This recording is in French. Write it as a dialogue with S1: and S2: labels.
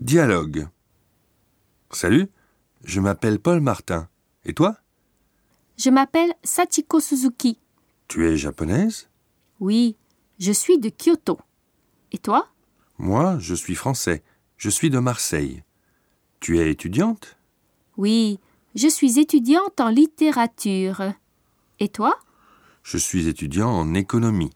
S1: Dialogue. Salut, je m'appelle Paul Martin. Et toi
S2: Je m'appelle Sachiko Suzuki.
S1: Tu es japonaise
S2: Oui, je suis de Kyoto. Et toi
S1: Moi, je suis français. Je suis de Marseille. Tu es étudiante
S2: Oui, je suis étudiante en littérature. Et toi
S1: Je suis étudiant en économie.